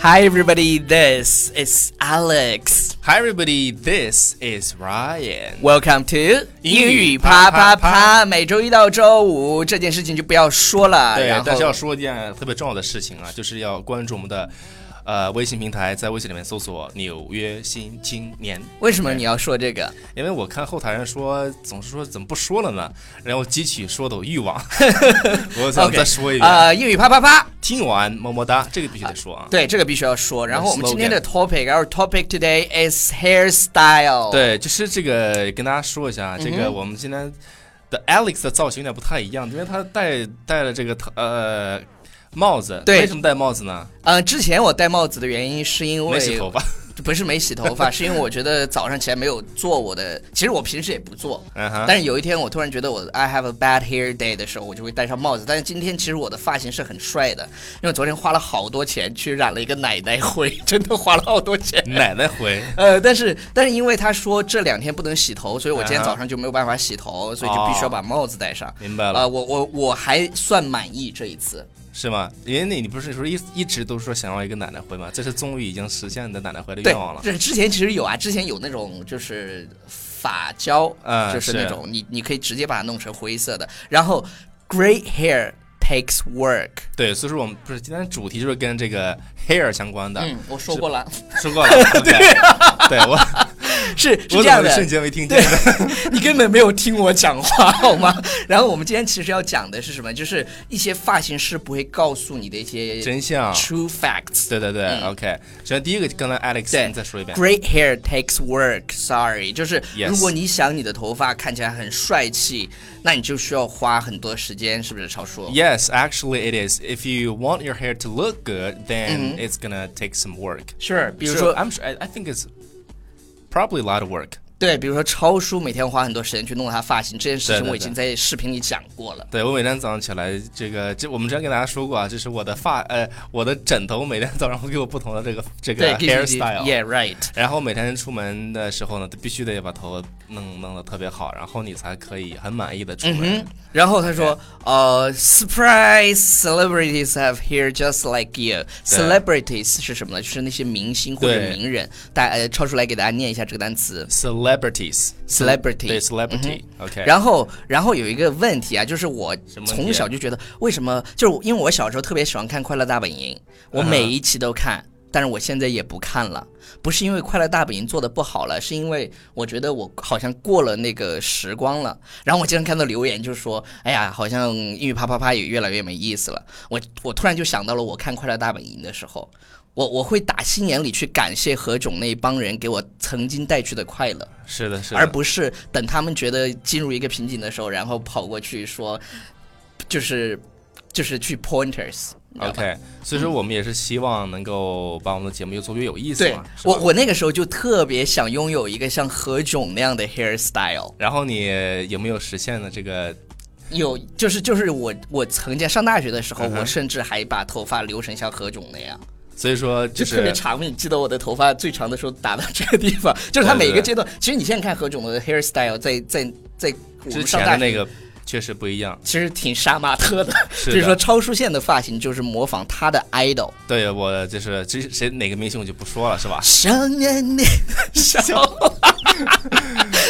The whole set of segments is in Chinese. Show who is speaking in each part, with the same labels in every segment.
Speaker 1: Hi everybody, this is Alex.
Speaker 2: Hi everybody, this is Ryan。
Speaker 1: Welcome to
Speaker 2: 英
Speaker 1: 英
Speaker 2: 语
Speaker 1: 语啪
Speaker 2: 啪
Speaker 1: 啪
Speaker 2: 啪啪
Speaker 1: 啪。每周一到周五这件事情就不要说了。
Speaker 2: 对
Speaker 1: 然，
Speaker 2: 但是
Speaker 1: 后
Speaker 2: 要说一件特别重要的事情啊，就是要关注我们的呃微信平台，在微信里面搜索“纽约新青年
Speaker 1: 为什么你要说这个？”，
Speaker 2: 因为我看后台人说总是说怎么不说了呢，然后激起说的欲望， 我想
Speaker 1: OK，
Speaker 2: 再说一遍。
Speaker 1: 呃，英语啪啪啪。
Speaker 2: 听完么么哒，这个必须得说啊。
Speaker 1: 对，这个必须要说。然后我们
Speaker 2: slogan
Speaker 1: 今天的 topic，our topic today is hairstyle。，
Speaker 2: 对，就是这个跟大家说一
Speaker 1: 嗯
Speaker 2: 下啊，这个我们今天的 Alex 的造型有点不太一样，因为他戴戴了这个呃帽子。
Speaker 1: 对
Speaker 2: 为什么戴帽子呢？
Speaker 1: 呃，之前我戴帽子的原因是因为
Speaker 2: 没洗头发。
Speaker 1: 不是没洗头发，是因为我觉得早上起来没有做我的，其实我平时也不做，
Speaker 2: 嗯哼
Speaker 1: 但是有一天我突然觉得我 I have a bad hair day 的时候，我就会戴上帽子。但是今天其实我的发型是很帅的，因为我昨天花了好多钱去染了一个奶奶灰， 真的花了好多钱。
Speaker 2: 奶奶回。
Speaker 1: 呃，但是但是因为他说这两天不能洗头，所以我今天
Speaker 2: 啊哈
Speaker 1: 早上就没有办法洗
Speaker 2: 啊
Speaker 1: 头，所以就必须要把帽子戴上。
Speaker 2: 明白了
Speaker 1: 呃，我我我还算满意这一次。
Speaker 2: 是吗？因为你你不是说一一直都说想要一个奶奶回吗？这是终于已经实现你的奶奶回的
Speaker 1: 对
Speaker 2: 愿望，了。
Speaker 1: 这之前其实有啊，之前有那种就是发胶，
Speaker 2: 嗯
Speaker 1: 就是
Speaker 2: 是
Speaker 1: 那种你你可以直接把它弄成灰色的。然后，great hair takes work。
Speaker 2: 对，所以说我们不是今天主题就是跟这个 hair 相关的，
Speaker 1: 嗯，我说过了，
Speaker 2: 说 过了。对，对我
Speaker 1: 是 是
Speaker 2: 我
Speaker 1: 这
Speaker 2: 怎
Speaker 1: 样
Speaker 2: 么瞬
Speaker 1: 的，
Speaker 2: 间没听见呢？
Speaker 1: 你根本没有听我讲话好吗？ 然后我们今天其实要讲的是什么？就是一些发型师不会告诉你的一些
Speaker 2: 真相。
Speaker 1: true facts。
Speaker 2: 对对对、o k 首先第一个，刚才
Speaker 1: 嗯
Speaker 2: Alex
Speaker 1: 对
Speaker 2: 你再说一遍。
Speaker 1: Great hair takes work. Sorry，就是
Speaker 2: Yes
Speaker 1: 如果你想你的头发看起来很帅气，那你就需要花很多时间，是不是？超叔
Speaker 2: Yes, actually it is. If you want your hair to look good, then it's gonna take some work.
Speaker 1: Sure，比如
Speaker 2: So
Speaker 1: 说
Speaker 2: I'm sure I, I think it's probably a lot of work.
Speaker 1: 对，比如说超叔每天花很多时间去弄他发型，这件事
Speaker 2: 对
Speaker 1: 情
Speaker 2: 对
Speaker 1: 我已经在视频里讲过了。
Speaker 2: 对我每天早上起来，这个这我们之前跟大家说过啊，就是我的发呃我的枕头每天早上会给我不同的这个这个
Speaker 1: 对
Speaker 2: hairstyle，
Speaker 1: ，Yeah right。
Speaker 2: 然后每天出门的时候呢，必须得把头弄弄得特别好，然后你才可以很满意的出门。
Speaker 1: 然后他说，呃，surprise celebrities have hair just like you。celebrities 是什么呢？就是那些明星或者
Speaker 2: 对
Speaker 1: 名人。大呃，超叔来给大家念一下这个单词
Speaker 2: Celebrities，
Speaker 1: ，celebrity。嗯
Speaker 2: 对 celebrity，OK，、
Speaker 1: 然后，然后有一个问题啊，就是我
Speaker 2: 么问题啊
Speaker 1: 从小就觉得，为什么就是因为我小时候特别喜欢看《快乐大本营》，
Speaker 2: 嗯
Speaker 1: 我每一期都看，但是我现在也不看了，不是因为《快乐大本营》做的不好了，是因为我觉得我好像过了那个时光了。然后我经常看到留言就说，哎呀，好像英语啪啪啪也越来越没意思了。我我突然就想到了我看《快乐大本营》的时候。我我会打心眼里去感谢何炅那一帮人给我曾经带去的快乐，
Speaker 2: 是的，是的，
Speaker 1: 而不是等他们觉得进入一个瓶颈的时候，然后跑过去说，就是就是去 pointers 你知道吧。
Speaker 2: OK，所以
Speaker 1: 嗯
Speaker 2: 说我们也是希望能够把我们的节目越做越有意思
Speaker 1: 对
Speaker 2: 嘛。是吧
Speaker 1: 我，我那个时候就特别想拥有一个像何炅那样的 hairstyle，
Speaker 2: 然后你有没有实现呢？这个
Speaker 1: 有就是就是我我曾经上大学的时候，
Speaker 2: 嗯哼
Speaker 1: 我甚至还把头发留成像何炅那样，
Speaker 2: 所以说就
Speaker 1: 特别
Speaker 2: 是
Speaker 1: 长。你记得我的头发最长的时候打到这个地 方，就是他
Speaker 2: 对对
Speaker 1: 每一个
Speaker 2: 对
Speaker 1: 阶段。其实你现在看何炅的 hairstyle，在在在我
Speaker 2: 之
Speaker 1: 们上
Speaker 2: 前
Speaker 1: 大学
Speaker 2: 的那个确实不一样。
Speaker 1: 其实挺杀马特的。
Speaker 2: 是的
Speaker 1: 比如说超叔现的发型就是模仿他的 idol，
Speaker 2: 对我就是这谁哪个明星我就不说了，是吧？
Speaker 1: 想念你的 笑。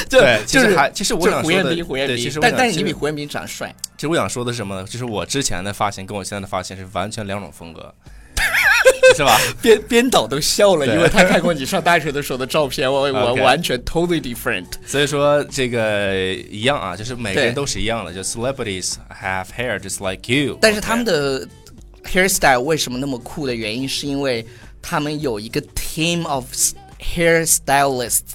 Speaker 1: 就
Speaker 2: 对，其
Speaker 1: 就
Speaker 2: 实
Speaker 1: 是
Speaker 2: 还其实我
Speaker 1: 就是
Speaker 2: 想
Speaker 1: 胡
Speaker 2: 说
Speaker 1: 彦
Speaker 2: 的，
Speaker 1: 斌，胡彦
Speaker 2: 对，其
Speaker 1: 斌
Speaker 2: 实，我
Speaker 1: 但
Speaker 2: 想
Speaker 1: 但是
Speaker 2: 其
Speaker 1: 你比
Speaker 2: 实
Speaker 1: 胡彦斌长得帅。
Speaker 2: 其实我想说的是什么呢？就是我之前的发型跟我现在的发型是完全两种风格， 是吧？
Speaker 1: 编编导都笑了，
Speaker 2: 对
Speaker 1: 因为他看过你上大学的时候的照片， 我我
Speaker 2: OK
Speaker 1: 完全 totally different。
Speaker 2: 所以说这个一样啊，就是每个人
Speaker 1: 对
Speaker 2: 都是一样的，就 celebrities have hair just like you，
Speaker 1: 但是他们的 hairstyle 为什么那么酷的原因，是因为他们有一个 team of hairstylists，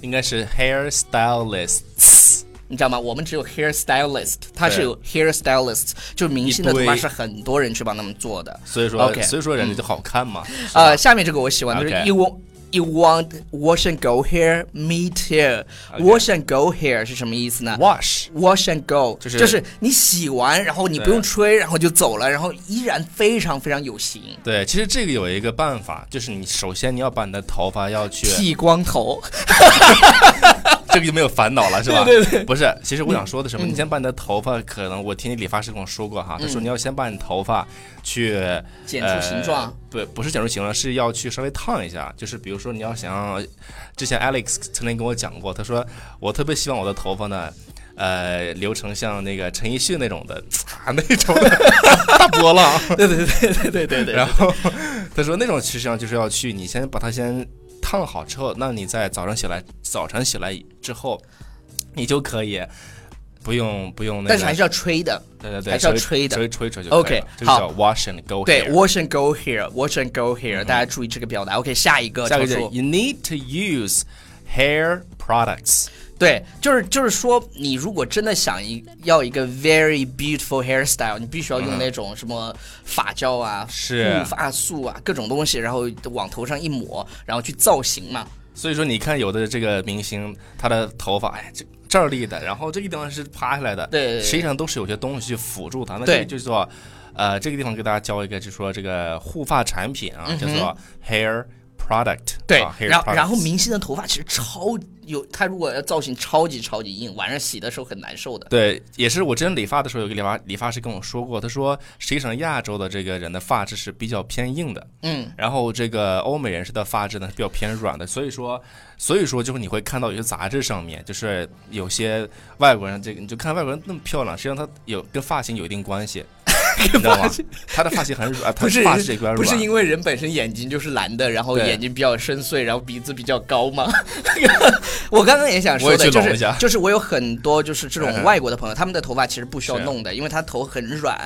Speaker 2: 应该是 hair stylists。
Speaker 1: 你知道吗？我们只有 hairstylist，它是
Speaker 2: 对
Speaker 1: 有 hairstylist，就是明星的头
Speaker 2: 一
Speaker 1: 发
Speaker 2: 堆
Speaker 1: 是很多人去帮他们做的。
Speaker 2: 所以说
Speaker 1: OK 嗯
Speaker 2: 所以说人家就好看嘛。是吧
Speaker 1: 呃，下面这个我喜欢的就是
Speaker 2: OK
Speaker 1: you want you want wash and go hair, me too. Wash and go hair 是什么意思呢
Speaker 2: wash
Speaker 1: ？Wash and go
Speaker 2: 就是
Speaker 1: 就是你洗完，然后你不用
Speaker 2: 对
Speaker 1: 吹，然后就走了，然后依然非常非常有型。
Speaker 2: 对，其实这个有一个办呃法，就是你首先你要把你的头发要去，
Speaker 1: 剃光头，
Speaker 2: 这个就没有烦恼了，是吧？
Speaker 1: 对对嗯
Speaker 2: 不是，其实我想说的什么，你先把你的头发，可能我听你理发师跟我说过哈，他说你要先把你头发去
Speaker 1: 剪出形 状，
Speaker 2: 呃不不是剪出形状，是要去稍微烫一下，就是比如说你要想要，之前 Alex 曾经跟我讲过，他说我特别希望我的头发呢。呃，留成像那个陈奕迅那种的，啊，那种的大波浪。
Speaker 1: 对对对对对对对。
Speaker 2: 然后 他说那种实际上就是要去，你先把它先烫好之后，那你在早上起来，早晨起来之后，你就可以不用不用那个，
Speaker 1: 但是还是要吹的。
Speaker 2: 对对对，
Speaker 1: 还是要
Speaker 2: 稍微
Speaker 1: 吹的
Speaker 2: 稍微吹一吹就
Speaker 1: OK，
Speaker 2: 可以了这
Speaker 1: 好
Speaker 2: 个叫 wash and go。
Speaker 1: 对。，wash and go here，wash and go here，大家注意这个表达。OK，下一个，
Speaker 2: 嗯下一个
Speaker 1: 超
Speaker 2: 就是
Speaker 1: 叔
Speaker 2: you need to use hair products。
Speaker 1: 对，就是就是说，你如果真的想一要一个 very beautiful hairstyle，你必须要用那种什么发胶啊、
Speaker 2: 嗯是
Speaker 1: 护发素啊，各种东西，然后往头上一抹，然后去造型嘛。
Speaker 2: 所以说，你看有的这个明星，他的头发，哎，这这儿立的，然后这个地方是趴下来的，
Speaker 1: 对对对
Speaker 2: 实际上都是有些东西去辅助它。那
Speaker 1: 对
Speaker 2: 这个就叫，呃，这个地方给大家教一个，就说这个护发产品啊，叫做 hair product
Speaker 1: 嗯对，
Speaker 2: 啊、hair
Speaker 1: 然后
Speaker 2: products
Speaker 1: 然后明星的头发其实超有，他如果要造型超级超级硬，晚上洗的时候很难受的。
Speaker 2: 对，也是我之前理发的时候，有个理发理发师跟我说过，他说实际上亚洲的这个人的发质是比较偏硬的，
Speaker 1: 嗯，
Speaker 2: 然后这个欧美人士的发质呢是比较偏软的，所以说，所以说就是你会看到有些杂志上面，就是有些外国人，这个你就看外国人那么漂亮，实际上他有跟发型有一定 关系，你知道吗？他的发型很软，他
Speaker 1: 不是
Speaker 2: 发质也比较软，
Speaker 1: 不是因为人本身眼睛就是蓝的，然后
Speaker 2: 对
Speaker 1: 眼睛比较深邃，然后鼻子比较高吗？ 我刚刚也想说
Speaker 2: 我
Speaker 1: 的，
Speaker 2: 也去
Speaker 1: 就
Speaker 2: 拢
Speaker 1: 是
Speaker 2: 一下
Speaker 1: 就是我有很多就是这种
Speaker 2: 嗯
Speaker 1: 外国的朋友，他们的头发其实不需要
Speaker 2: 是啊
Speaker 1: 弄的，因为他头很软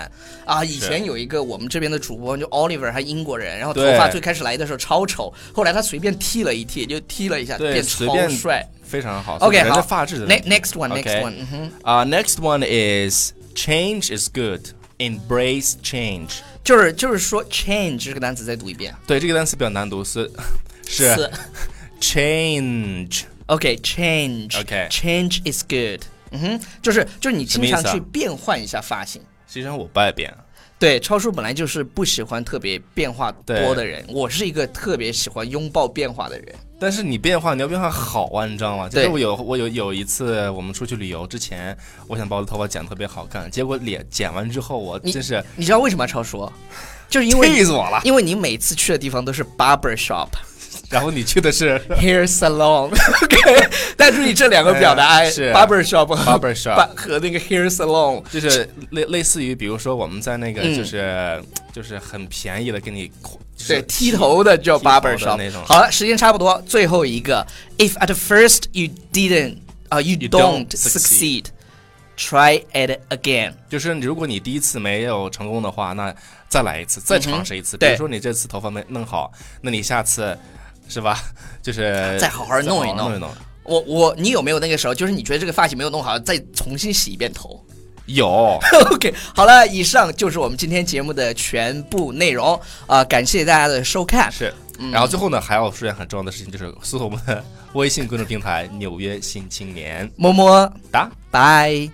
Speaker 1: 啊。以前有一个我们这边的主播就 Oliver，他英国人，然后头
Speaker 2: 对
Speaker 1: 发最开始来的时候超丑，后来他随便剃了一剃，就剃了一下
Speaker 2: 对
Speaker 1: 变
Speaker 2: 随
Speaker 1: 超
Speaker 2: 便
Speaker 1: 帅。
Speaker 2: 非常好。
Speaker 1: OK，
Speaker 2: 人
Speaker 1: 好
Speaker 2: 的发质的
Speaker 1: Ne- Next one，next
Speaker 2: OK
Speaker 1: one，嗯哼。
Speaker 2: 啊、n e x t one is change is good, embrace change。
Speaker 1: 就是就是说 change 这个单词再读一遍，
Speaker 2: 对，这个单词比较难读，是是 change。
Speaker 1: OK change
Speaker 2: OK
Speaker 1: change is good，嗯哼，就是就是你经
Speaker 2: 什么
Speaker 1: 常
Speaker 2: 意思啊
Speaker 1: 去变换一下发型。
Speaker 2: 实际上我不爱变，
Speaker 1: 对，超叔本来就是不喜欢特别变化多
Speaker 2: 对
Speaker 1: 的人，我是一个特别喜欢拥抱变化的人。
Speaker 2: 但是你变化，你要变化好啊，你知道吗？就是
Speaker 1: 对
Speaker 2: 我有我有有一次我们出去旅游之前，我想把我的头发剪得特别好看，结果脸剪完之后，我
Speaker 1: 你
Speaker 2: 真是
Speaker 1: 你知道为什么超叔？就是因为
Speaker 2: 气死我了。
Speaker 1: 因为你每次去的地方都是 barber shop、
Speaker 2: 然后你去 的是
Speaker 1: hair salon，但注意这两个表达、
Speaker 2: 哎是
Speaker 1: barber shop 和
Speaker 2: barber shop，
Speaker 1: 把 和那个 hair salon，
Speaker 2: 就是类类似于，比如说我们在那个
Speaker 1: 嗯
Speaker 2: 就是、就是很便宜的给你，就是
Speaker 1: 对，剃头的叫
Speaker 2: 剃头的
Speaker 1: barber shop
Speaker 2: 那种
Speaker 1: 好了，时间差不多，最后一个，If at first you didn't 啊、you don't
Speaker 2: don't
Speaker 1: succeed, try it again。
Speaker 2: 就是如果你第一次没有成功的话，那再来一次，再尝试一
Speaker 1: 嗯
Speaker 2: 次。
Speaker 1: 对
Speaker 2: 比如说你这次头发没弄好，那你下次是吧？ 就是
Speaker 1: 再好好弄一弄
Speaker 2: 再好好弄一弄。
Speaker 1: 我我你有没有那个时候，就是你觉得这个发型没有弄好，再重新洗一遍头
Speaker 2: 有，
Speaker 1: ？OK，好了，以上就是我们今天节目的全部内容啊、感谢大家的收看。
Speaker 2: 是，
Speaker 1: 嗯
Speaker 2: 然后最后呢，还要说一件很重要的事情，就是搜索我们的微信公众平台《纽约新青年
Speaker 1: 么么》
Speaker 2: 哒。
Speaker 1: 拜。